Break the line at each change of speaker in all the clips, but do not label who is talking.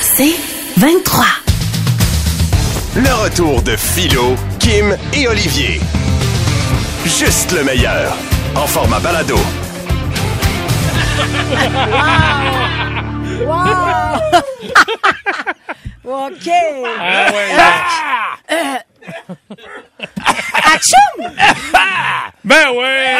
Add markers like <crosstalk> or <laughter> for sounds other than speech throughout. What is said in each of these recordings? C'est 23.
Le retour de Philo, Kim et Olivier. Juste le meilleur. En format balado.
<laughs>
OK.
Ah ouais.
Euh, Action!
Ben ouais!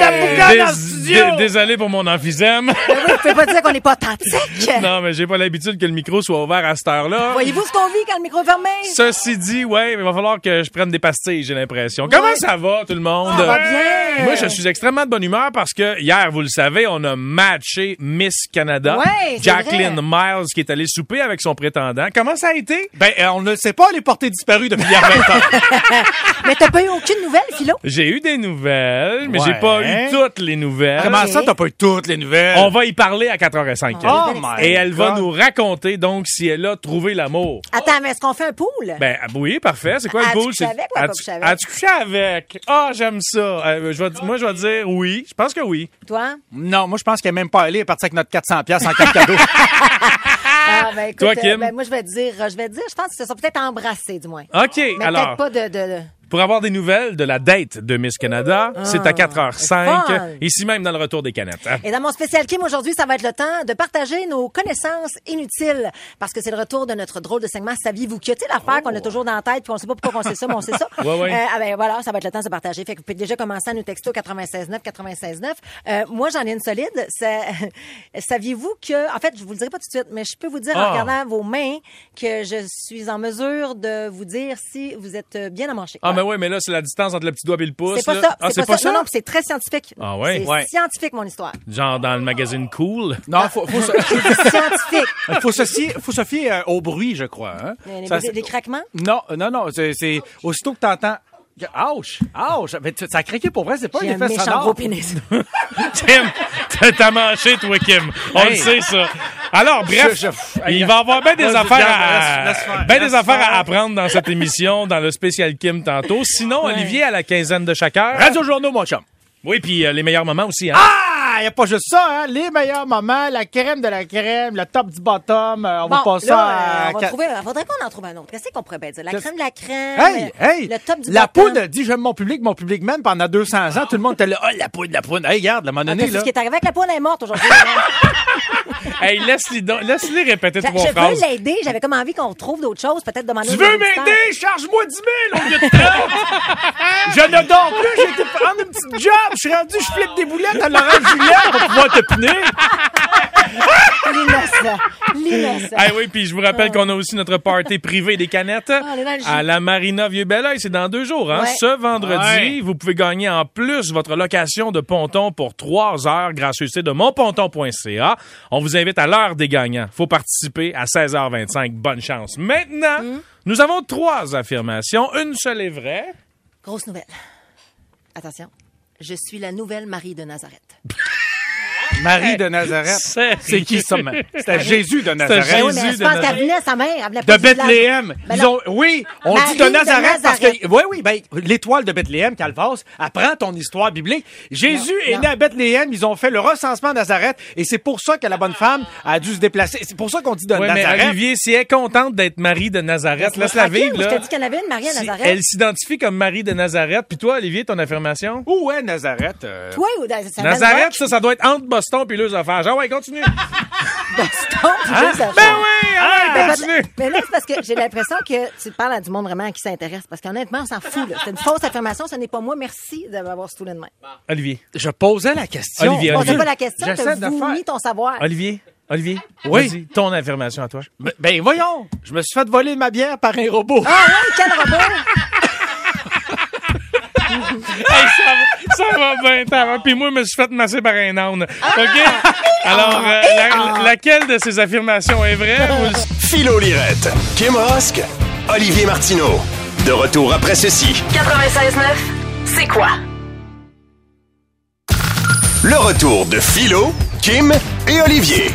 La boucane en
Dés-
studio!
dé- Désolé pour mon emphysème.
Ben oui, vous pouvez pas dire qu'on n'est pas authentique.
non, mais j'ai pas l'habitude que le micro soit ouvert à cette heure-là.
Voyez-vous ce qu'on vit quand le micro est fermé?
Ceci dit, ouais, il va falloir que je prenne des pastilles, j'ai l'impression. Comment ça va, tout le monde?
Ça va bien.
Moi, je suis extrêmement de bonne humeur parce que hier, vous le savez, on a matché Miss Canada.
Ouais, c'est
Jacqueline Miles qui est allée souper avec son prétendant. Comment ça a été?
Ben, euh, on ne sait pas, elle est portée disparue depuis hier 20 ans.
Mais t'as pas eu aucune nouvelle,
<laughs>
Philo?
J'ai eu des nouvelles, mais
Ouais.
j'ai pas eu toutes les nouvelles.
Comment ça, t'as pas eu toutes les nouvelles?
On va y parler à 4h05.
Oh
Et
my
Et elle va
God.
nous raconter donc si elle a trouvé l'amour.
Attends, mais est-ce qu'on fait un pool?
Ben ah, oui, parfait. C'est quoi le
As-tu
goal?
couché
C'est-
avec ou pas
As-tu-
couché avec?
As-tu couché avec? Ah, j'aime ça. Euh, je vais di- moi, je vais dire oui. Je pense que oui.
Toi?
Non, moi, je pense qu'elle est même pas allée. Elle est partie avec notre 400 pièces en carte cadeau.
Ah, ben écoute,
Toi,
euh,
Kim?
ben, moi, je vais dire, euh, je vais dire, je pense que se sont peut-être embrassés, du moins.
OK,
Mais peut-être
Ah, alors,
pas de, de- de-
pour avoir des nouvelles de la date de Miss Canada, c'est à 4h05,
Ah, c'est fun.
ici même dans le retour des canettes. hein.
Et dans mon spécial Kim aujourd'hui, ça va être le temps de partager nos connaissances inutiles. Parce que c'est le retour de notre drôle de segment Saviez-vous que? Tu sais, l'affaire qu'on a toujours dans la tête, puis on sait pas pourquoi on sait ça, mais on
<laughs>
sait ça.
Oh. Ouais, ouais.
Euh, ah ben voilà, ça va être le temps de se partager. Fait que vous pouvez déjà commencer à nous texter au 96.9, 96.9. Euh, moi, j'en ai une solide. Ça- <laughs> Saviez-vous que... En fait, je vous le dirai pas tout de suite, mais je peux vous dire en
Ah.
regardant vos mains que je suis en mesure de vous dire si vous êtes euh, bien amanché.
Ah,
Ouais.
mais oui, mais là, c'est la distance entre le petit doigt et le pouce.
C'est pas
là.
ça,
Ah,
c'est pas, ça. Non, non, c'est très scientifique.
Ah ouais?
C'est
Ouais.
scientifique, mon histoire.
Genre dans le magazine Cool.
<laughs> non, faut, faut, se-
scientifique.
<laughs>
faut se fier- faut se fier euh, au bruit, je crois. hein.
Les,
Ça,
les-
c'est-
les craquements?
Non, euh, non, non. C'est, c'est- aussitôt que t'entends... Ouch! Ouch! Mais tu- ça a craqué pour vrai, c'est pas un
J'ai un
effet
méchant
sonore.
gros pénis.
<laughs> Tim, t'as- t'as manché, toi, Kim. On le
Hey.
sait, ça. Alors, bref,
Je- je-
il va y avoir bien des
Vas-y,
affaires
regarde,
à,
laisse- laisse faire,
ben
laisse
des affaires
faire.
à apprendre dans cette émission, dans le spécial Kim tantôt. Sinon, Olivier, à la quinzaine de chaque heure.
Radio-journaux, mon chum.
Oui, puis euh, les meilleurs moments aussi, hein.
Ah! Y a pas juste ça, hein? Les meilleurs moments, la crème de la crème, le top du bottom. euh, <laughs> on va
Bon,
passer
là,
à...
euh, on va
quatre-
trouver, un- faudrait qu'on en trouve un autre. Qu'est-ce qu'on pourrait bien dire? La
Qu'est-ce-
crème de la crème.
Hey,
euh,
hey!
Le top du bottom.
la
Ah,
poudre a dit j'aime mon public, mon public même pendant 200 ans. Tout le monde était là, oh, la poudre, la poudre. Hey, regarde, à un moment
Ah,
donné,
c'est
là.
ce qui est arrivé avec la poudre, elle est morte
<laughs>
aujourd'hui.
Ah!
Hey, laisse-les donc- laisse-les répéter
je
trois
je
phrases.
veux l'aider. J'avais comme envie qu'on trouve d'autres choses. Peut-être demander
Tu
aux
veux
auditeurs.
m'aider? Charge-moi 10 000 au lieu de
<laughs>
30! je ne dors plus, j'ai été prendre une petite job. Je suis rendu, je flippe des boulettes à Laurent Julien
Ah,
pour pouvoir te punir. <laughs>
L'innocent.
<laughs>
L'innocent.
Ah oui, puis je vous rappelle qu'on a aussi notre party privé des canettes
on est dans le jus.
à la Marina vieux belleuil C'est dans deux jours, hein?
Ah, Ouais.
Ce vendredi,
Ouais.
vous pouvez gagner en plus votre location de ponton pour trois heures grâce au site de monponton.ca. On vous invite à l'heure des gagnants. Faut participer à 16h25. Bonne chance. Maintenant,
Hum.
nous avons trois affirmations. Une seule est vraie.
Grosse nouvelle. Attention. Je suis la nouvelle Marie de Nazareth.
Marie de Nazareth.
C'est
C'est qui ça, man? C'était Jésus de
Ben
Nazareth.
oui, mais
Jésus
je
de
pense qu'elle
Nazareth.
venait sa mère. Elle venait pas
De
du village.
Bethléem.
Ben
Ils
non.
ont- oui, on
Marie
dit de
de
Nazareth parce que.
Nazareth.
Oui, oui, ben, l'étoile de Bethléem, Calvas, apprends ton histoire biblique. Jésus
Non,
est
non.
né à Bethléem, ils ont fait le recensement à Nazareth et c'est pour ça que la bonne femme a dû se déplacer. C'est pour ça qu'on dit de
Ouais, mais
Nazareth.
Olivier, si elle est contente d'être Marie de Nazareth, laisse-la
Tranquille,
vivre,
Je
là.
t'ai dit qu'il y en avait une Marie à
Si
Nazareth.
elle s'identifie comme Marie de Nazareth. Puis toi, Olivier, ton affirmation?
Où est Nazareth? euh,
Toi ou dans ça
Nazareth, ça, ça doit être entre Boston puis leurs affaires. Genre, ouais, continue.
Hein?
ça.
ben oui,
Mais
Ah,
allez,
peut-
continue.
Mais ben là, c'est parce que j'ai l'impression que tu parles à du monde vraiment qui s'intéresse. Parce qu'honnêtement, on s'en fout. là. C'est une fausse affirmation. Ce n'est pas moi. Merci de m'avoir stoulé de main.
Olivier,
Je posais la question.
Olivier,
On
Olivier.
ne pas la question. Tu
J'essaie de
as
faire.
mis ton savoir.
Olivier, Olivier,
Oui.
vas-y, ton affirmation à <laughs> toi.
Ben, Ben voyons, je me suis fait voler ma bière par un robot.
Ah oui, quel robot!
ça va bien, Puis moi, je me suis fait masser par un âne. OK? Alors, euh, laquelle de ces affirmations est vraie?
Philo Lirette, Kim Rosk, Olivier Martineau. De retour après ceci.
96.9, c'est quoi?
Le retour de Philo, Kim et Olivier.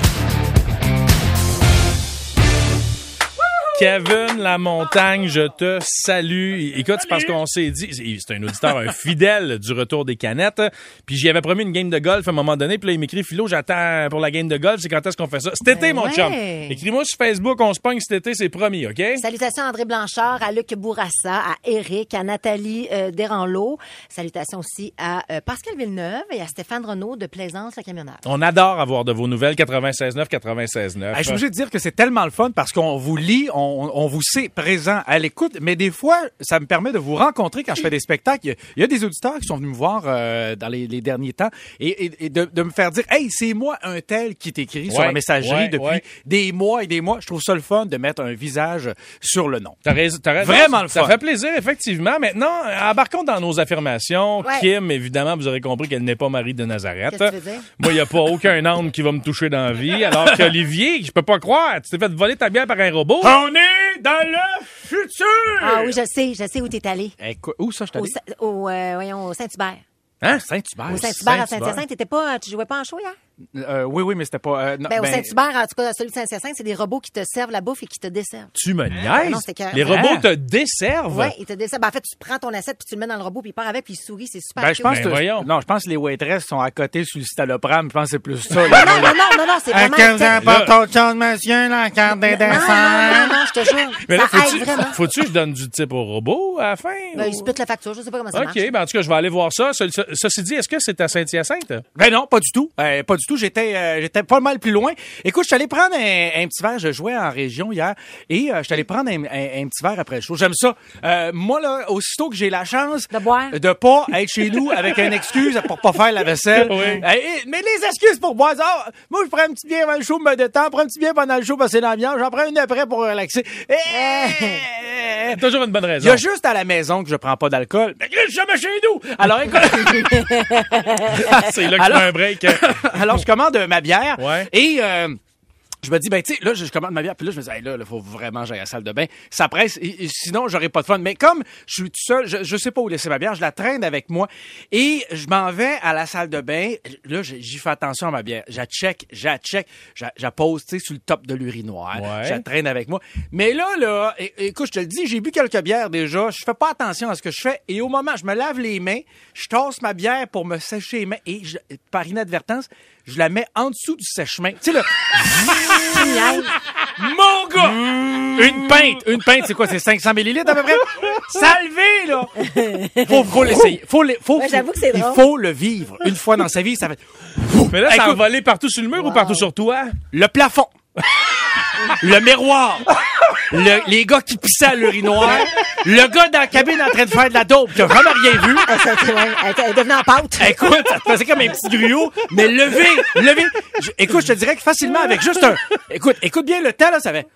Kevin La Montagne, je te salue. Écoute, c'est parce qu'on s'est dit, c'est un auditeur, un fidèle du retour des canettes. Puis j'y avais promis une game de golf à un moment donné. Puis là, il m'écrit Philo, j'attends pour la game de golf. C'est quand est-ce qu'on fait ça Cet été, mon
ouais.
chum. Écris-moi sur Facebook, on se pogne cet été, c'est promis, ok
Salutations à André Blanchard, à Luc Bourassa, à Eric, à Nathalie euh, Deranlo. Salutations aussi à euh, Pascal Villeneuve et à Stéphane Renaud de Plaisance, le camionneur.
On adore avoir de vos nouvelles 96.9, 96.9.
Ah, je suis obligé de dire que c'est tellement le fun parce qu'on vous lit, on, on vous sait présent à l'écoute, mais des fois, ça me permet de vous rencontrer quand je fais des spectacles. Il y a- il y a des auditeurs qui sont venus me voir euh, dans les, les derniers temps et, et- et de, de me faire dire « Hey, c'est moi un tel qui t'écrit sur
Ouais,
la messagerie
ouais,
depuis
ouais.
des mois et des mois. » Je trouve ça le fun de mettre un visage sur le nom.
T'as raison, t'as raison.
Vraiment le
Ça
fun.
fait plaisir, effectivement. Maintenant, euh, embarquons dans nos affirmations.
Ouais.
Kim, évidemment, vous aurez compris qu'elle n'est pas Marie de Nazareth.
Qu'est-ce que tu veux dire?
Moi, il n'y a pas aucun âme qui va me toucher dans la vie.
<laughs>
Alors qu'Olivier, je peux pas croire, tu t'es fait voler ta bière par un robot.
On est dans le futur!
Ah oui, je sais, je sais où t'es allé.
où ça, je t'ai
Au,
dit?
Sa- au, euh, voyons, au Saint-Hyacinthe.
Hein? Saint-Hubert.
Au Saint-Hubert à Saint-Hyacinthe, t'étais pas, euh, tu jouais pas en show hier?
Euh, oui, oui, mais c'était pas... euh, non,
Ben, au
ben,
Saint-Hubert, en tout cas, celui de Saint-Hyacinthe, c'est des robots qui te servent la bouffe et qui te desservent.
Tu me
Ah, non,
niaises.
c'est que-
Les robots
Hein?
te desservent.
Ouais, ils te desservent. Ben, en fait, tu prends ton assiette puis tu le mets dans le robot puis il part avec puis il sourit, c'est super.
Ben, je
cute.
pense
Ben,
que
voyons.
non, je pense que les waitresses sont à côté sur le stalopram. Je pense que c'est plus ça. là.
Non, non, non, non, non, <laughs> c'est
À
vraiment.
15 ans,
Là-
pas autre chose, monsieur, la carte des
Non, non, non,
desserts.
non, je te jure.
<laughs> Mais là,
ça
faut-tu
aide vraiment.
faut-tu que je donne du type au robot à la fin?
Ben,
ou-
ils splitent la facture, je sais pas comment ça
OK, <laughs>
marche.
ben en tout cas, je vais aller voir ça. Ce- ce- Ceci dit, est-ce que c'est à Saint-Hyacinthe?
Ben non, pas du tout. Euh, pas du tout. J'étais, euh, j'étais pas mal plus loin. Écoute, je suis allé prendre un, un petit verre. Je jouais en région hier et euh, je suis allé prendre un, un- un petit verre après le show. J'aime ça. Euh, moi là, aussitôt que j'ai la chance
De boire.
de pas être chez nous avec une excuse pour pas faire la vaisselle.
Oui.
Euh, et- mais les excuses pour boire, ah, moi je prends un petit bien avant le show, me détends, prends un petit bien pendant le show, passer l'ambiance, j'en prends une après pour relaxer. Eh, eh, eh.
Toujours une bonne
Il
raison.
y a juste à la maison que je prends pas d'alcool. Mais je suis jamais chez nous. Alors écoute.
c'est là que je
Alors-
fais un
<laughs>
break.
Alors, je commande euh, ma bière.
Ouais.
Et euh, je me dis, ben, tu sais, là, je, je commande ma bière. Puis là, je me dis, hey, là, il faut vraiment que j'aille à la salle de bain. Ça presse. et- et sinon, j'aurais pas de fun. Mais comme je suis tout seul, je, je sais pas où laisser ma bière. Je la traîne avec moi. Et je m'en vais à la salle de bain. Là, j- j'y fais attention à ma bière. Je la check, je la check, je la- je la pose, tu sais, sur le top de l'urinoir.
Ouais.
Je la traîne avec moi. Mais là, là, é- écoute, je te le dis, j'ai bu quelques bières déjà. Je fais pas attention à ce que je fais. Et au moment, je me lave les mains, je tasse ma bière pour me sécher les mains. Et je- par inadvertance, je la mets en dessous du sèche-main. Tu sais, là, mon gars! Une pinte! Une pinte, c'est quoi? C'est 500 millilitres à peu près? Salvé, là! Faut, faut l'essayer. Faut, le- faut,
Ouais, j'avoue que c'est
Il
drôle.
faut le vivre. Une fois dans sa vie, ça fait...
Mais là, ça a
Écoute.
volé partout sur le mur ou partout sur toi?
Le plafond. le miroir. Le- les gars qui pissaient à l'urinoir. le gars dans la cabine en train de faire de la dope qui a vraiment rien vu.
Ah, ça, c'est- ouais, Elle elle est devenue en
<laughs>
pâte.
Écoute, ça te faisait comme un petit gruau, mais levé, levé. Je- écoute, je te dirais que facilement avec juste un... Écoute, écoute bien le temps, là, ça fait...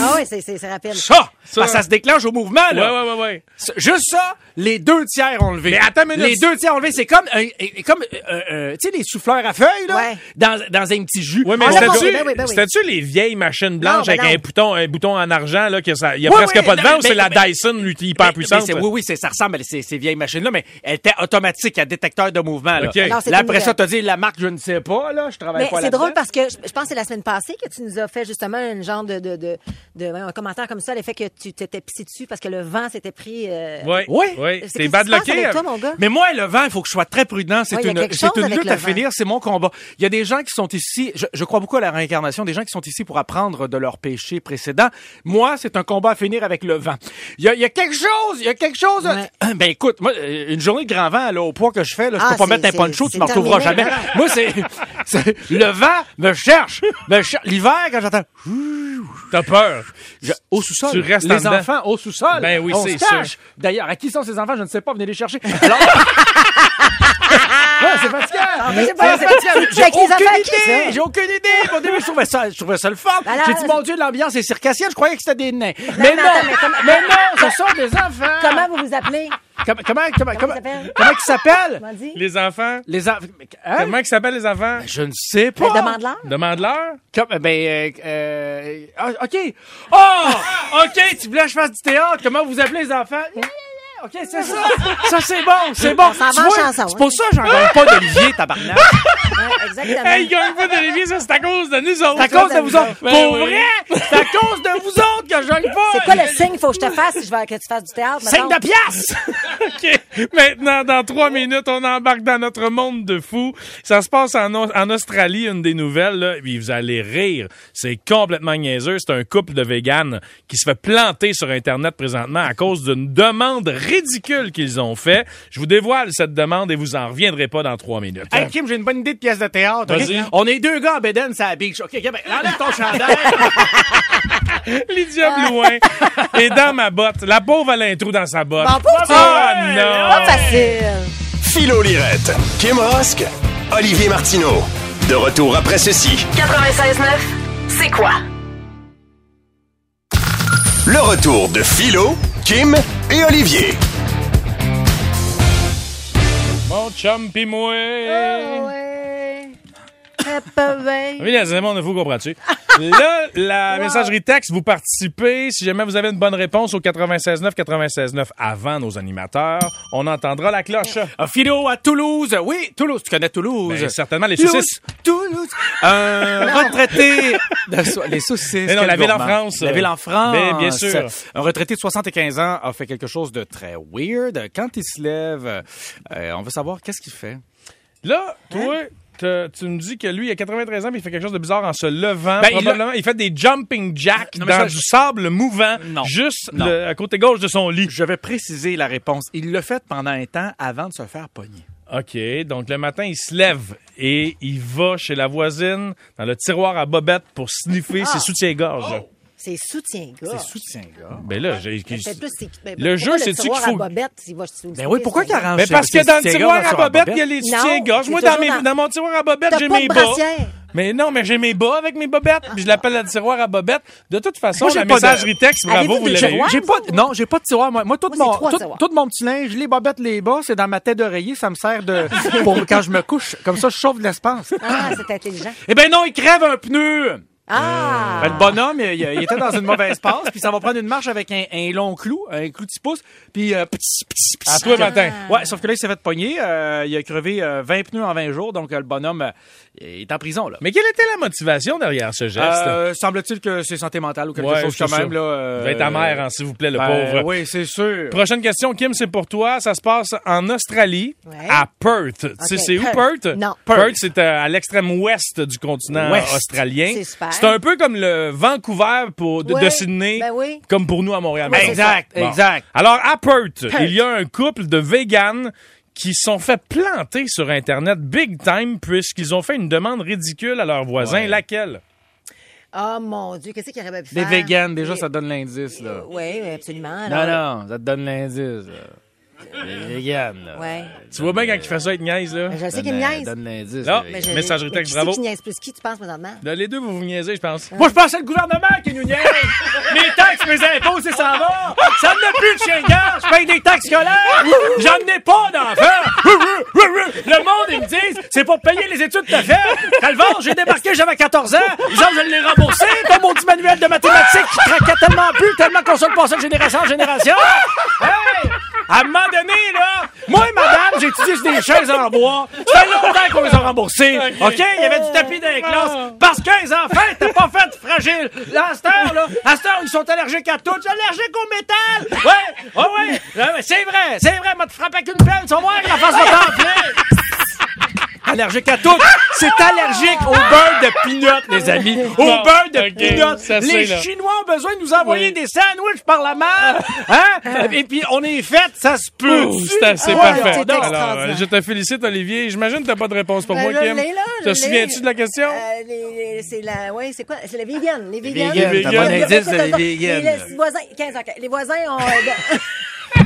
Ah oui, c'est- c'est c'est rapide.
Ça! Ça, ça se déclenche au mouvement,
Ouais,
là.
ouais, ouais, ouais.
C'est- Juste ça, les deux tiers ont levé.
Mais attends une minute.
Les deux tiers ont levé, c'est comme, un- un- comme euh, euh, tu sais, les souffleurs à feuilles, là,
Ouais.
dans, dans un petit jus.
Oui, mais
Ah,
On-
là,
c'était-tu
bon, ben oui, ben oui.
c'était-tu les vieilles machines blanches
Non, ben
avec un
non.
bouton, un bouton en argent, là, que ça, il y a
Oui,
presque
oui,
pas de
non,
vent, ou
mais-
c'est la
ben,
mais-
Dyson, lui, hyper
mais-
puissante?
mais c'est- oui, oui, c'est- ça ressemble à ces, ces vieilles machines-là, mais elle était automatique à détecteur de mouvement. Là,
OK. Non,
c'est
Là,
une
après ça,
nouvelle.
t'as dit la marque, je ne sais pas, là, je travaille
Mais
pas
c'est
là-dedans.
drôle parce que je, je pense que c'est la semaine passée que tu nous as fait justement un genre de, de, de, de- un commentaire comme ça, le fait que tu t'étais pissé dessus parce que le vent s'était pris. euh,
Oui.
Oui.
C'est
Oui. T'es
qu'est-ce qui se passe
badlocké. hein.
avec toi, Ah, mon gars?
Mais moi, le vent, il faut que je sois très prudent. C'est
Ouais, il y a
une,
quelque
c'est
chose
une
avec
lutte
le
à
vent.
finir. C'est mon combat. Il y a des gens qui sont ici. Je, je crois beaucoup à la réincarnation. Des gens qui sont ici pour apprendre de leurs péchés précédents. Moi, c'est un combat à finir avec le vent. Il y a, il y a quelque chose. Il y a quelque chose. <clears throat> Ben écoute, moi, euh, une journée de grand vent, là, au poids que je fais, là, je
Ah,
peux pas
c'est-
mettre un
c'est-
poncho. Tu
c'est
m'en retrouveras
terminé.
jamais. moi, c'est, <laughs> c'est- le vent me cherche. Me cherche. L'hiver, quand j'entends
T'as peur.
je- au sous-sol.
Tu restes en
les
dedans.
enfants au sous-sol.
Ben oui,
On
c'est
se cache.
sûr.
D'ailleurs, à qui sont ces enfants Je ne sais pas. Venez les
<laughs>
chercher. Alors... Ouais, c'est fatigant.
Ah, mais c'est pas-
C'est fatigant.
c'est-
J'ai
avec les
aucune
enfants, qui, ça?
idée. J'ai aucune idée. Au début, je trouvais ça, je trouvais ça le fun.
Alors,
J'ai dit, mon Dieu, l'ambiance est circassienne. Je croyais que c'était des nains. mais
non,
non,
attends, mais comment-
mais non, ce sont des enfants.
Comment vous vous
<laughs>
appelez?
Comment, comment, comment,
ils
comment,
s'appellent?
comment ils s'appellent?
Comment dit?
Les enfants.
Les enfants. Hein?
Comment ils s'appellent, les enfants?
Ben,
Je ne sais pas.
Demande-leur.
Demande-leur.
Comme, ben, euh, euh, ah, OK. Oh! OK, tu voulais que je fasse du théâtre. Comment vous appelez les enfants? OK, c'est ça. Ça, c'est bon, c'est bon.
On s'en
Tu
va en
vois,
chanson, hein.
C'est pour ça que j'en gagne pas d'Olivier, tabarnak.
Ouais, exactement.
Hey, gagne pas d'Olivier, ça, c'est à cause de nous autres.
C'est à cause de vous autres.
Ben
Pour
oui.
vrai, c'est à cause de vous autres que je gagne pas.
Ah,
C'est quoi le signe faut que je te fasse si je veux que tu fasses du théâtre?
Cinq
mettons?
de piastres!
OK. Maintenant, dans trois minutes, on embarque dans notre monde de fous. Ça se passe en, Au- en Australie, une des nouvelles. Là, puis vous allez rire. C'est complètement niaiseux. C'est un couple de véganes qui se fait planter sur Internet présentement à cause d'une demande ridicule qu'ils ont fait. Je vous dévoile cette demande et vous en reviendrez pas dans trois minutes.
Hey Kim, j'ai une bonne idée de pièce de théâtre. ok?
Vas-y.
On est deux gars à Beden, ça beach. OK, ok, ben, enlève
<laughs>
ton chandail.
Euh, Lydia Blouin est dans ma botte. La pauvre, elle a un trou dans sa botte.
Bon, pauvre, tu-
Ah
Pas
non!
facile.
Philo Lirette, Kim Rosk, Olivier Martineau. De retour après ceci.
96.9, c'est quoi?
Le retour de Philo, Kim et Olivier.
Mon chum pis moi!
Oh, Happaway.
Ah Oui, c'est bon, vous
<laughs>
comprends-tu. Là, la messagerie texte, vous participez. Si jamais vous avez une bonne réponse au 96.9, 96.9 avant nos animateurs, on entendra la cloche.
Ah, Philo à Toulouse. Oui, Toulouse. Tu connais Toulouse.
Ben, certainement, les
Toulouse,
saucisses.
Toulouse. Un <laughs> retraité. de so- les saucisses.
Mais non,
quel
la Ville en
gourmand.
France.
La ville en France.
Mais bien sûr.
Un retraité de 75 ans a fait quelque chose de très weird. Quand il se lève, euh, on veut savoir qu'est-ce qu'il fait.
Là,
Hein?
toi, te- tu me dis que lui, il a 93 ans, mais il fait quelque chose de bizarre en se levant.
Ben, il
Probablement, il, fait des jumping jacks
Non, mais
dans
ça,
du
je-
sable mouvant,
Non.
juste
Non.
le- à côté gauche de son lit.
Je vais préciser la réponse. Il l'a fait pendant un temps avant de se faire pogner.
OK, donc le matin, il se lève et il va chez la voisine dans le tiroir à bobette pour
Ah.
sniffer ses
Oh.
soutiens-gorge.
<laughs> C'est soutien-gars.
C'est soutien-gars.
Ben là, j'ai...
Peut-être plus, c'est- ben,
Le
pourquoi
jeu, c'est-tu
tiroir
qu'il faut-
à bobette, il va se soulever,
Ben oui, pourquoi
ça?
qu'il arrange
Mais parce que dans le tiroir à bobette, il y a les
Non,
soutiens-gorge. Moi,
c'est
dans, mes,
toujours
dans...
dans-
mon tiroir à bobette,
T'as
j'ai
pas
mes
de
bas.
brassière.
Mais non, mais j'ai mes bas avec mes bobettes. Puis je l'appelle le tiroir à bobette. De toute façon,
Moi, j'ai
la
pas de-
messagerie texte, bravo,
Avez-vous
vous
des
l'avez eu.
tiroirs?
J'ai pas, de- non, j'ai pas de tiroir. Moi, moi, tout,
Moi, c'est
mon,
trois
tout,
tiroirs.
tout mon petit linge, les bobettes, les bas, c'est dans ma tête d'oreiller. Ça me sert <laughs> de, pour quand je me couche. Comme ça, je chauffe de l'espace.
Ah, c'est
<laughs> Euh,
intelligent.
Eh ben non, il crève un pneu.
Ah!
Ben, le bonhomme, il, il était dans une mauvaise passe, puis ça va prendre une marche avec un, un long clou, un clou de six pouces, puis euh, p'tits, p'tits, p'tits.
À
Ah.
toi, matin.
Ouais, sauf que là, il s'est fait pogner. euh, il a crevé euh, 20 pneus en 20 jours, donc euh, le bonhomme euh, il est en prison, là.
Mais quelle était la motivation derrière ce geste?
Euh, semble-t-il que c'est santé mentale ou quelque
Ouais,
chose
c'est
quand
ça.
même, là. euh,
Il va être amer, hein, s'il vous plaît, le
ben,
pauvre.
Oui, c'est sûr.
Prochaine question, Kim, c'est pour toi. Ça se passe en Australie,
Ouais.
à Perth. Tu sais,
Ok,
c'est où
Perth.
Perth?
Non.
Perth, c'est euh, à l'extrême ouest du continent
Ouest.
australien.
C'est super.
C'est un peu comme le Vancouver pour, de, de
Ouais.
Sydney,
Ben oui.
comme pour nous à Montréal.
Ouais,
mettons.
c'est ça.
Exact, exact.
Alors, à Perth,
Perth.
il y a un couple de véganes qui se sont fait planter sur Internet big time puisqu'ils ont fait une demande ridicule à leur voisin.
Ouais.
Laquelle?
Oh mon Dieu, qu'est-ce qu'il aurait pu
Des
faire?
véganes, déjà, ça donne l'indice, là.
Oui, absolument.
Non,
Alors,
non, ça te donne l'indice, là. Les véganes, là.
Ouais. Ben,
Tu vois bien quand il fait ça, il te niaise, là.
Euh, Je sais
Donne,
qu'il me
euh,
niaise. Ben,
Donne l'indice.
Non,
les
mais
véganes.
Je-
Messagerie
Mais
texte,
qui c'est
bravo.
Qui niaise plus qui, tu penses, présentement?
Là, les deux, vous vous niaisez, je pense.
Moi, je pense que c'est le gouvernement qui nous niaise. Mes taxes, mes impôts, c'est ça va. Ça n'a plus de chien Je paye des taxes scolaires. J'en ai pas d'enfants. Le monde, ils me disent, c'est pour payer les études que t'as faites. Calvard, j'ai débarqué, j'avais 14 ans. Genre, je l'ai remboursé. Pas mon petit manuel de mathématiques qui craquait tellement plus, tellement qu'on se le passait de génération en génération. Hey! À un moment donné, là, moi et madame, j'ai étudié sur des chaises en bois. Ça fait longtemps qu'on les a remboursées. OK? Il y avait du tapis dans
Ah.
les classes. Parce que les enfants étaient pas faits fragiles. Là, à cette heure, là, à cette heure, ils sont allergiques à tout. Ils sont allergiques au métal. Ouais! Ah ouais! Ah ouais, c'est vrai! C'est vrai! M'a te frappé avec une pelle. Tu vas voir la face de t'enfler. Allergique à tout. C'est allergique au beurre de peanut, les amis. Au
Bon,
beurre de
ok,
peanut.
ça, c'est,
les
là.
Chinois ont besoin de nous
Oui.
envoyer
Euh.
des sandwichs par
<laughs>
la mer. Hein? Et puis, on est fait, ça se peut.
Ouh, C'est assez
Ah,
parfait.
c'est
Alors, euh,
extraordinaire.
je te félicite, Olivier. J'imagine que t'as pas de réponse pour
Ben
moi,
là,
Kim.
je l'ai, là, je
Te
l'ai.
souviens-tu de la question?
Euh, les- les- c'est la, ouais, c'est quoi? C'est les véganes. Les véganes.
véganes,
t'as bon
indice,
Les-
les véganes.
Les voisins, 15 ans, les voisins ont,
<laughs>
euh,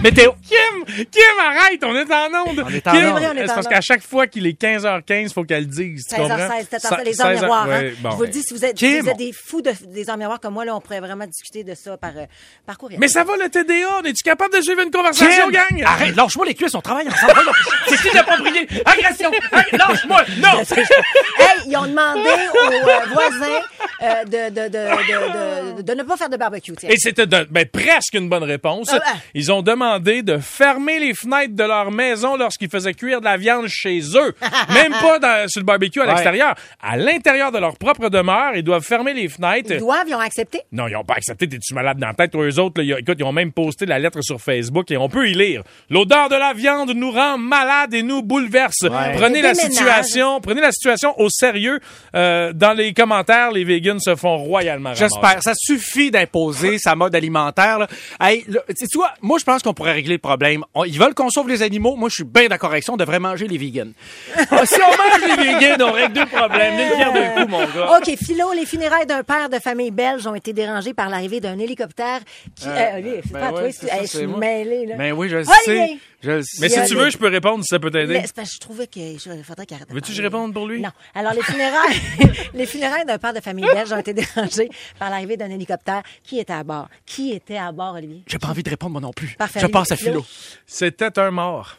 Météo.
Kim! Kim, arrête! On est en onde!
On est en
Kim,
onde.
c'est
On est en
parce
onde.
qu'à chaque fois qu'il est 15h15, faut qu'elle le dise. Tu comprends?
16h16, c'est
Se-
ça, les heures
16h,
miroirs. hein.
ouais, bon.
Je vous le dis, si vous êtes,
Kim,
vous êtes
on-
des fous de, des heures miroirs comme moi, là, on pourrait vraiment discuter de ça par, euh, par courriel.
Mais ça va, le TDA? On est-tu capable de suivre une conversation, gang?
Arrête, lâche-moi les cuisses, on travaille ensemble. Voyons. C'est qui d'approprié? Agression!
Ah,
Hey, Lâche-moi! Non! <laughs>
hey, ils ont demandé aux euh, voisins euh, de, de, de, de, de, de, de ne pas faire de barbecue. tiens.
Et c'était de- ben, presque une bonne réponse.
Ah ben.
Ils ont demandé de fermer les fenêtres de leur maison lorsqu'ils faisaient cuire de la viande chez
<laughs>
eux. Même pas dans- sur le barbecue à
Ouais.
l'extérieur. À l'intérieur de leur propre demeure, ils doivent fermer les fenêtres.
Ils doivent, ils ont accepté.
Non, ils n'ont pas accepté. T'es-tu malade dans la tête? Toi, eux autres, là, ils- écoute, ils ont même posté la lettre sur Facebook et on peut y lire. L'odeur de la viande nous rend malades et nous bouleverse. Prenez
Et
la
déménage.
situation, prenez la situation au sérieux. Euh, dans les commentaires, les vegans se font royalement ramasser.
J'espère. Ça suffit d'imposer sa mode alimentaire. Là. Hey, là, tu sais, tu vois, moi, je pense qu'on pourrait régler le problème. On- ils veulent qu'on sauve les animaux. Moi, je suis bien d'accord avec ça. On devrait manger
<laughs>
les vegans. Ah, si on mange les vegans, on règle deux problèmes. Une pierre d'un coup, mon gars.
OK, Philo, les funérailles d'un père de famille belge ont été dérangées par l'arrivée d'un hélicoptère qui. Euh, lui, c'est
ben
pas
ouais,
toi,
c'est
c'est-
ça,
hey, je
c'est
suis
moi.
mêlée, là.
Mais oui, je le
Olivier.
sais. Je le
Mais
sais.
si tu veux, je peux répondre si ça peut t'aider.
Mais c'est parce que je trouvais que je faudrait qu'il arrête de
Veux-tu que je
parler.
réponde pour lui?
Non. Alors, les funérailles, <laughs> les funérailles d'un père de famille belge ont été dérangées par l'arrivée d'un hélicoptère. Qui était à bord? Qui était à bord, Olivier?
J'ai pas envie de répondre, moi non plus.
Parfait,
Je passe à
Philo.
Philo.
C'était un mort.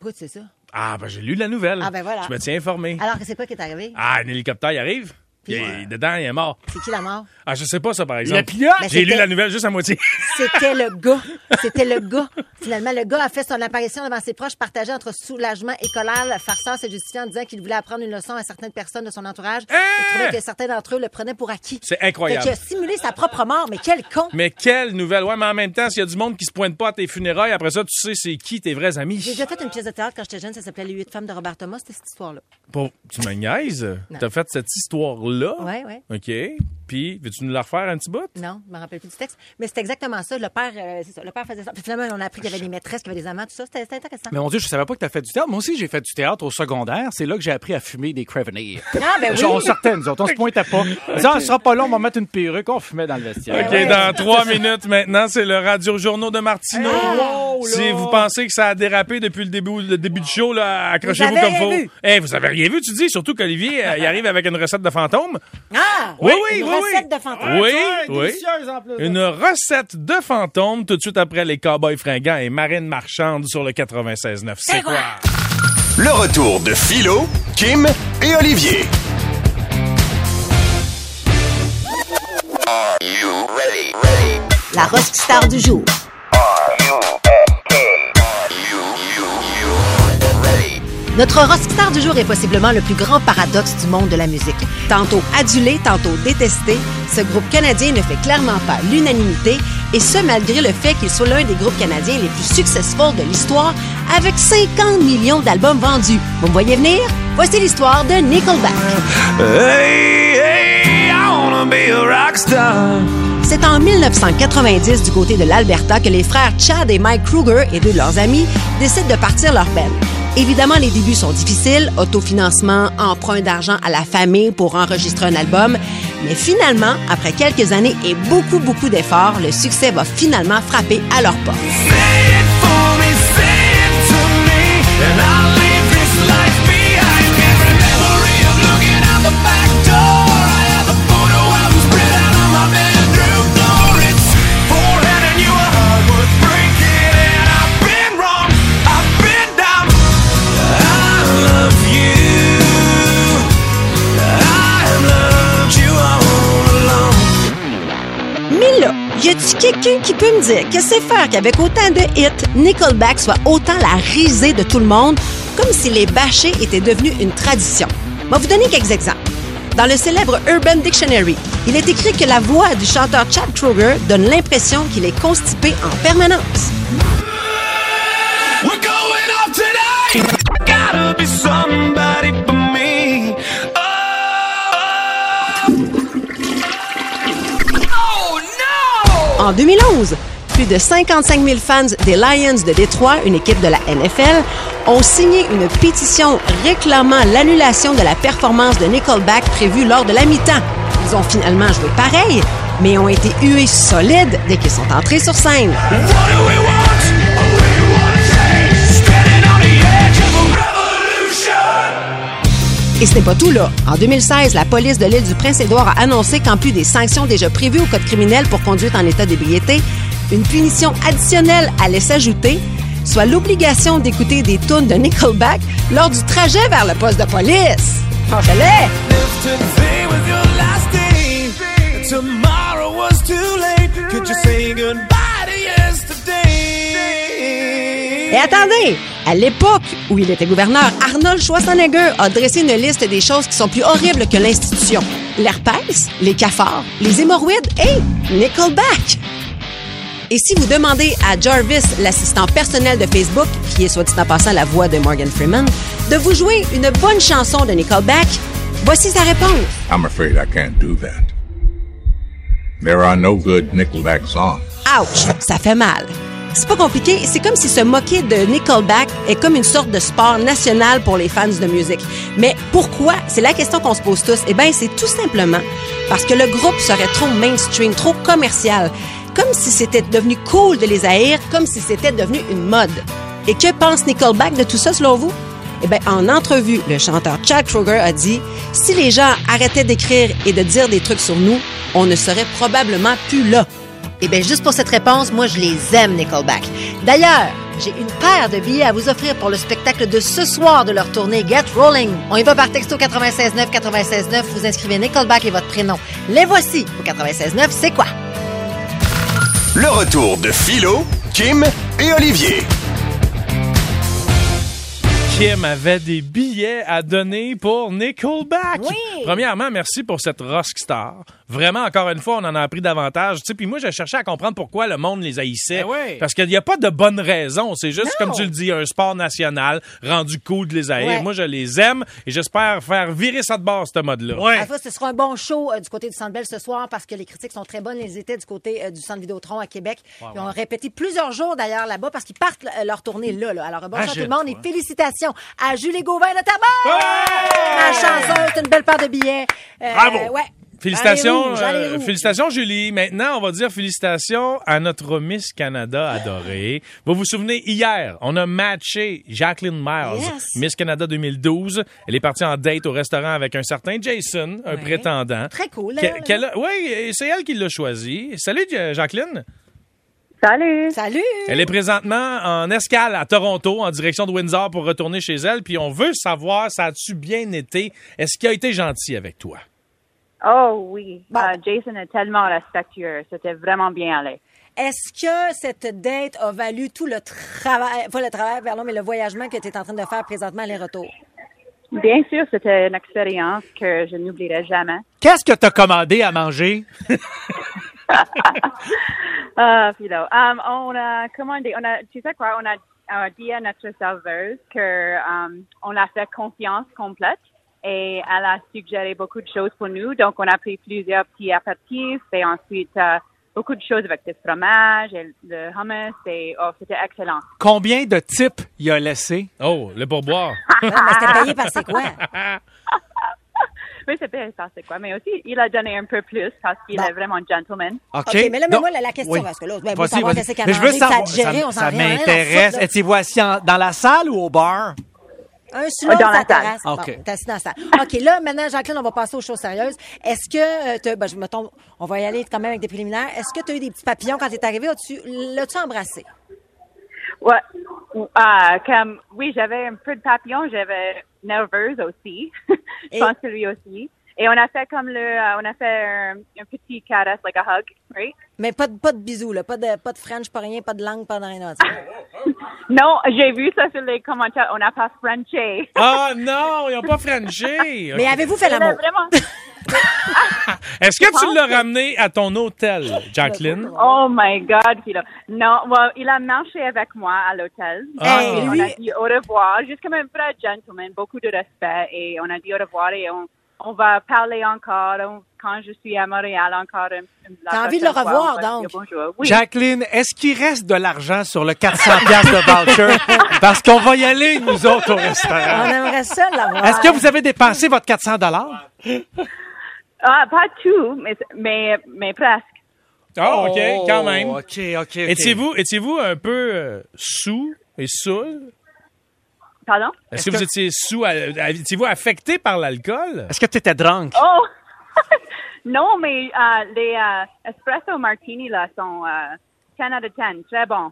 Pourquoi tu sais ça?
Ah, ben j'ai lu la nouvelle.
Ah, ben voilà.
Je me tiens informé.
Alors, c'est quoi qui est arrivé?
Ah, un hélicoptère, il arrive. Il est- Dedans, il est mort.
C'est qui la mort?
Ah, je sais pas ça, par exemple.
pilote!
Mais
J'ai lu
c'était-
la nouvelle juste à moitié. <laughs>
C'était le gars. C'était le gars. Finalement, le gars a fait son apparition devant ses proches, partagé entre soulagement et colère. Le farceur se justifiait en disant qu'il voulait apprendre une leçon à certaines personnes de son entourage.
Hein?
Il trouvait que certains d'entre eux le prenaient pour acquis.
C'est incroyable.
Fait qu'il a simulé sa propre mort, mais quel con!
Mais quelle nouvelle! Ouais, mais en même temps, s'il y a du monde qui se pointe pas à tes funérailles, après ça, tu sais c'est qui tes vrais
J'ai
amis.
déjà fait une pièce de théâtre quand j'étais jeune, ça s'appelait Les huit femmes de Robert Thomas, c'était cette histoire-là.
Pour- Tu me niaises? T'as fait cette histoire-là?
Ouais, ouais.
OK. Puis, veux-tu nous la refaire un petit bout?
Non, je me rappelle plus du texte, mais c'était exactement ça. Le père, euh, c'est ça, le père faisait ça. Puis finalement, on a appris qu'il y avait des maîtresses, qu'il y avait des amants, tout ça. C'était c'était intéressant.
Mais mon Dieu, je savais pas que t'as fait du théâtre. Moi aussi, j'ai fait du théâtre au secondaire. C'est là que j'ai appris à fumer
<laughs>
des Crevenir.
Ah, ben oui.
On sortait, nous autres. On se pointait pas. On disait, ah, ce sera pas long, on va mettre une perruque. On fumait dans le vestiaire.
Ah
OK, dans trois minutes maintenant, c'est le Radio Journaux de Martineau.
Ah,
si vous pensez que ça a dérapé depuis le début, le début du show, là, accrochez-vous
Vous avez
comme
rien
faut.
vu.
Eh, vous avez rien vu, tu dis? Surtout qu'Olivier, euh, il arrive avec une recette de fantôme.
Ah!
oui,
une
oui,
recette
oui.
de fantôme.
Oui,
Ouais,
oui.
délicieuse en plus. hein.
Une recette de fantôme tout de suite après les Cowboys fringants et Marine Marchande sur le 96.9. C'est quoi?
Le retour de Philo, Kim et Olivier.
La rock star du jour. Notre rock star du jour est possiblement le plus grand paradoxe du monde de la musique. Tantôt adulé, tantôt détesté, ce groupe canadien ne fait clairement pas l'unanimité, et ce malgré le fait qu'il soit l'un des groupes canadiens les plus successful de l'histoire, avec 50 millions d'albums vendus. Vous me voyez venir? Voici l'histoire de Nickelback. C'est en 1990 du côté de l'Alberta que les frères Chad et Mike Kruger et deux de leurs amis décident de partir leur band. Évidemment, les débuts sont difficiles, autofinancement, emprunt d'argent à la famille pour enregistrer un album, mais finalement, après quelques années et beaucoup, beaucoup d'efforts, le succès va finalement frapper à leur porte. Mais là, y a-tu quelqu'un qui peut me dire que c'est faire qu'avec autant de hits, Nickelback soit autant la risée de tout le monde, comme si les bâchés étaient devenus une tradition? Je vais vous donner quelques exemples. Dans le célèbre Urban Dictionary, il est écrit que la voix du chanteur Chad Kroger donne l'impression qu'il est constipé en permanence.
Oh,
En 2011, plus de 55 000 fans des Lions de Détroit, une équipe de la NFL, ont signé une pétition réclamant l'annulation de la performance de Nickelback prévue lors de la mi-temps. Ils ont finalement joué pareil, mais ont été hués solides dès qu'ils sont entrés sur scène. Et ce n'est pas tout, là. En 2016, la police de l'île du Prince-Édouard a annoncé qu'en plus des sanctions déjà prévues au Code criminel pour conduite en état d'ébriété, une punition additionnelle allait s'ajouter, soit l'obligation d'écouter des tunes de Nickelback lors du trajet vers le poste de police. Franchelais!
Tomorrow was it's too late. Could you say goodbye to yesterday?
Et attendez, à l'époque où il était gouverneur, Arnold Schwarzenegger a dressé une liste des choses qui sont plus horribles que l'institution. L'herpès, les cafards, les hémorroïdes et Nickelback. Et si vous demandez à Jarvis, l'assistant personnel de Facebook, qui est soit dit en passant la voix de Morgan Freeman, de vous jouer une bonne chanson de Nickelback, voici sa réponse.
I'm afraid I can't do that. There are no good Nickelback songs.
Ouch, ça fait mal. C'est pas compliqué, c'est comme si se moquer de Nickelback est comme une sorte de sport national pour les fans de musique. Mais pourquoi? C'est la question qu'on se pose tous. Eh bien, c'est tout simplement parce que le groupe serait trop mainstream, trop commercial. Comme si c'était devenu cool de les haïr, comme si c'était devenu une mode. Et que pense Nickelback de tout ça, selon vous? Eh bien, en entrevue, le chanteur Chad Kroger a dit « Si les gens arrêtaient d'écrire et de dire des trucs sur nous, on ne serait probablement plus là. »
Eh bien, juste pour cette réponse, moi, je les aime, Nickelback. D'ailleurs, j'ai une paire de billets à vous offrir pour le spectacle de ce soir de leur tournée Get Rolling. On y va par texto 969 969. Vous inscrivez Nickelback et votre prénom. Les voici au 969. C'est quoi?
Le retour de Philo, Kim et Olivier.
Kim avait des billets à donner pour Nickelback.
Oui.
Premièrement, merci pour cette rockstar. Vraiment, encore une fois, on en a appris davantage. Tu sais, puis moi, je cherchais à comprendre pourquoi le monde les haïssait.
Ben oui.
Parce qu'il n'y a pas de bonne raison. C'est juste,
Non.
comme tu le dis, un sport national rendu cool de les haïr.
Ouais.
Moi, je les aime et j'espère faire virer ça de bord, ce mode-là.
À la fois, ce sera un bon show euh, du côté du Centre Bell ce soir parce que les critiques sont très bonnes. Ils étaient du côté euh, du Centre Vidéotron à Québec. Ils ont répété plusieurs jours d'ailleurs là-bas parce qu'ils partent euh, leur tournée là. là. Alors bonjour à tout le monde et félicitations à Julie Gauvin de Tabac! Ma chanson est une belle paire de billets. Euh,
Bravo!
ouais.
Félicitations,
Allez rouge, allez
euh,
rouge.
félicitations Julie. Maintenant, on va dire félicitations à notre Miss Canada adorée. Vous vous souvenez, hier, on a matché Jacqueline Miles,
Yes.
Miss Canada 2012. Elle est partie en date au restaurant avec un certain Jason, un prétendant.
Très cool,
Que-
elle.
qu'elle a- oui, et c'est elle qui l'a choisi. Salut Ja- Jacqueline.
Salut!
Salut!
Elle est présentement en escale à Toronto en direction de Windsor pour retourner chez elle. Puis on veut savoir, ça a-tu bien été? Est-ce qu'il a été gentil avec toi?
Oh oui,
Bon.
Euh, Jason est tellement respectueux. C'était vraiment bien allé.
Est-ce que cette date a valu tout le travail, pas le travail, pardon, mais le voyagement que tu es en train de faire présentement aller-retour?
Bien sûr, c'était une expérience que je n'oublierai jamais.
Qu'est-ce que t'as commandé à manger?
Ah, puis là, euh, on a commandé, on a, tu sais quoi, on a euh, dit à notre serveuse que euh, on a fait confiance complète et elle a suggéré beaucoup de choses pour nous. Donc, on a pris plusieurs petits apéritifs et ensuite euh, beaucoup de choses avec des fromages et le hummus et oh, c'était excellent.
Combien de types il a laissé?
Oh, le pourboire. Ah!
Non, mais c'était payé par c'est quoi?
Oui, c'est bien ça, c'est quoi. Mais aussi, il a donné un peu plus parce qu'il
Bon.
est vraiment gentleman.
OK, mais là, mais moi, la- la question, parce que là, ben, moi,
Vas-y,
savoir
vas-y.
qu'est-ce qu'elle
Mais je veux
mangeait, que ça a
savoir,
digéré, on s'en
ça, ça
rien à la
m'intéresse.
soupe, là.
Étiez-vous assis en- dans la salle ou au bar?
Un slow
Dans
ça
la salle.
t'intéresse.
OK.
Bon, t'es assis dans la salle. OK, là, maintenant, Jacqueline, on va passer aux choses sérieuses. Est-ce que, euh, t'as- ben, je me tombe, on va y aller quand même avec des préliminaires. Est-ce que tu as eu des petits papillons quand tu es arrivé? As-tu- L'as-tu embrassé?
Ouais. Ou- Ah, comme, oui, j'avais un peu de papillon, j'avais nerveuse aussi. <laughs>
Et-
Je pense que lui aussi. Et on a fait comme le, euh, on a fait un, un petit caresse, like a hug, right?
Mais pas de, pas de bisous, là. Pas de, pas de French, pas rien, pas de langue, pas de rien. d'autre.
Non, j'ai vu ça sur les commentaires, on n'a pas Frenché. <laughs>
Ah non, ils n'ont pas Frenché.
Mais avez-vous fait
On a
l'amour?
vraiment,
Est-ce que tu l'as ramené à ton hôtel, Jacqueline?
oh my god, Philo. Non, well, il a marché avec moi à l'hôtel.
Ah.
Et on a
lui-
dit au revoir, juste comme un vrai gentleman, beaucoup de respect. Et on a dit au revoir et on, on va parler encore. On- quand je suis à Montréal encore. une- une- la
T'as envie de
prochaine
le
fois,
revoir,
on va
donc?
dire Bonjour. Oui.
Jacqueline, est-ce qu'il reste de l'argent sur le 400 piastres de
<laughs>
voucher? Parce qu'on va y aller, nous autres, au
On
restaurant.
aimerait ça l'avoir.
Est-ce que vous avez dépensé votre 400 dollars?
Ah, pas tout, mais, mais, mais presque.
Ah, OK, quand même.
Oh, OK, OK, OK.
Étiez-vous étiez-vous un peu euh, sous et saoul?
Pardon?
Est-ce que vous étiez sous? à- à- Étiez-vous affecté par l'alcool?
Est-ce que t'étais drunk?
Oh! <laughs> non, mais euh, les euh, espresso martini, là, sont euh, 10 out of 10. Très bon.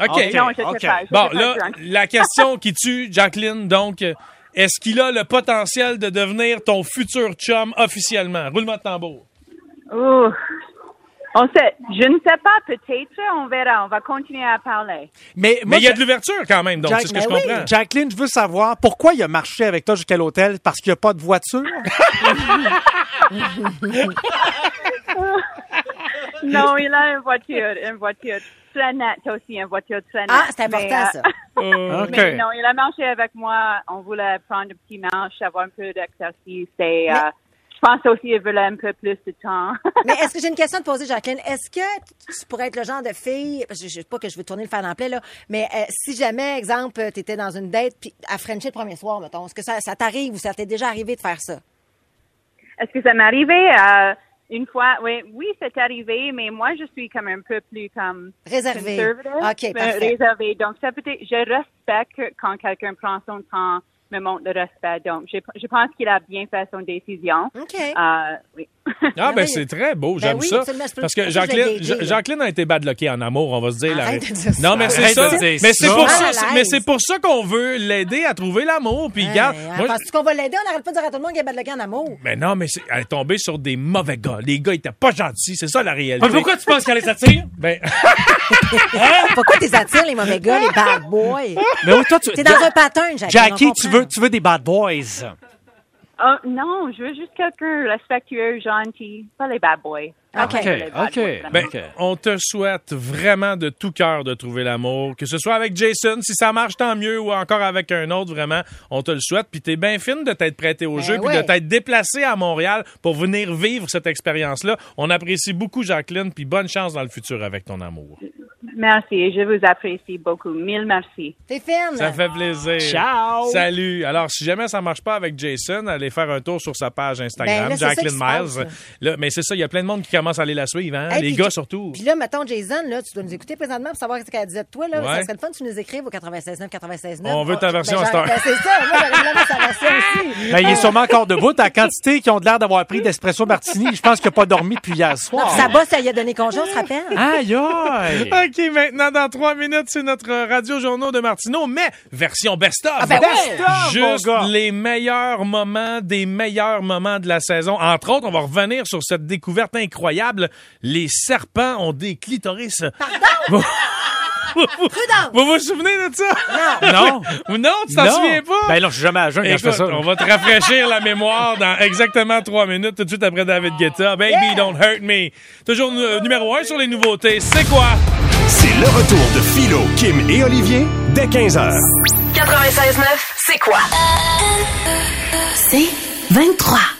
OK.
Ok.
non, je ne
ok.
sais pas. j'étais
Bon,
pas
là,
drunk.
la question qui tue, Jacqueline, donc, euh, est-ce qu'il a le potentiel de devenir ton futur chum officiellement? Roulement de tambour.
Ouh. Oh. On sait, je ne sais pas, peut-être, on verra, on va continuer à parler.
Mais
Mais, moi,
il y a
je-
de l'ouverture quand même, donc
Jack-
c'est ce que
Ben
je
oui.
comprends.
Jacqueline, je veux savoir pourquoi il a marché avec toi jusqu'à l'hôtel parce qu'il n'y a pas de
<laughs>
voiture.
Non, il a une voiture, une voiture traînette aussi, une voiture traînette.
Ah, c'est important,
Mais, euh,
ça.
OK.
Mais non, il a marché avec moi. On voulait prendre un petit marche, avoir un peu d'exercice. Et euh, je pense aussi qu'il voulait un peu plus de temps.
<laughs> Mais est-ce que j'ai une question à te poser, Jacqueline? Est-ce que tu pourrais être le genre de fille, parce que je sais pas que je veux tourner le fan en plein, là, mais euh, si jamais, exemple, tu étais dans une date puis à Frenchie le premier soir, mettons, est-ce que ça, ça t'arrive ou ça t'est déjà arrivé de faire ça?
Est-ce que ça m'est arrivé euh, une fois? Oui, oui, c'est arrivé, mais moi, je suis comme un peu plus comme
Réservée.
conservative,
OK,
mais
parfait.
réservée. Donc, ça peut être, je respecte quand quelqu'un prend son temps, me montre le respect. Donc, je, je pense qu'il a bien fait son décision.
OK.
Euh, oui. <laughs>
Ah, ben
Merveilleux.
c'est très beau,
Ben
j'aime
oui,
ça.
absolument, je peux-
Parce
je
que
peux juste
Jacqueline,
l'aider, là.
Ja- Jacqueline a été bad luckée en amour, on va se dire. la
Arrête
vérité.
de dire ça.
Non, mais c'est
Arrête
ça.
de dire
Mais c'est
ça.
pour
Mal
ça,
à l'aise.
mais c'est pour ça qu'on veut l'aider à trouver l'amour. Puis, regarde,
Hey, hein,
moi,
Penses-tu qu'on va l'aider? On n'arrête pas de dire à tout le monde qu'il y a de le en amour.
mais non, mais c'est- elle est tombée sur des mauvais gars. Les gars étaient pas gentils, c'est ça la réalité.
Ah, Mais pourquoi tu penses qu'elle les attire?
Ben,
Pourquoi t'es attires les mauvais gars, les bad boys?
Mais oui, toi, tu.
T'es dans
Ja-
un pattern, Jacqueline.
Jackie,
on
tu
comprend.
veux, tu veux des bad boys.
Oh, non, je veux juste quelqu'un respectueux, gentil, pas les bad boys.
Ah,
Pas
OK.
les bad
OK.
boys,
ben,
Ok.
on te souhaite vraiment de tout cœur de trouver l'amour. Que ce soit avec Jason, si ça marche, tant mieux, ou encore avec un autre, vraiment, on te le souhaite. Puis t'es bien fine de t'être prêté au
Ben
jeu, puis
ouais.
de t'être déplacé à Montréal pour venir vivre cette expérience-là. On apprécie beaucoup Jacqueline, puis bonne chance dans le futur avec ton amour.
Merci, je vous apprécie beaucoup. Mille merci.
T'es fine.
Ça fait plaisir.
Ciao.
Salut. Alors, si jamais ça marche pas avec Jason, allez faire un tour sur sa page Instagram,
Ben là, c'est ça
Jacqueline
qui se passe,
Miles.
là.
Là, mais c'est ça, il y a plein de monde qui commence à aller la suivre, hein?
Hey,
les
puis
gars
Ja-
surtout.
Puis là, mettons, Jason, là, tu dois nous écouter présentement pour savoir ce qu'elle disait de toi. Là.
Ouais.
Ça serait le fun que tu nous écrives au 96 9 96 9.
On veut ta version
ben,
à cette heure.
ben, c'est ça. Moi, j'aurais vraiment sa version aussi.
<laughs>
Ben, il est sûrement encore debout. Ta quantité qui ont de l'air d'avoir pris d'espresso martini, je pense qu'il n'a pas dormi depuis hier
Non, puis
soir.
sa bosse, elle lui a donné congé, on se rappelle.
Aïe, aïe.
OK, maintenant, dans trois minutes, c'est notre radio-journaux de Martineau, mais version best-of.
ben oui.
Ah, Best-of, mon
Juste
gars.
les meilleurs moments des meilleurs moments de la saison. Entre autres, on va revenir sur cette découverte incroyable. Les serpents ont des clitoris. Pardon?
Prudence.
Vous vous souvenez de ça?
Non.
Ou non, tu t'en
Non.
souviens pas?
Ben non, je suis jamais à jeun quand je fais
Écoute,
ça.
on va te rafraîchir la mémoire dans exactement trois minutes, tout de suite après David Guetta. Baby, don't hurt me. Toujours nu- numéro un sur les nouveautés. C'est quoi?
C'est le retour de Philo, Kim et Olivier dès 15h.
96.9, c'est quoi?
C'est 23.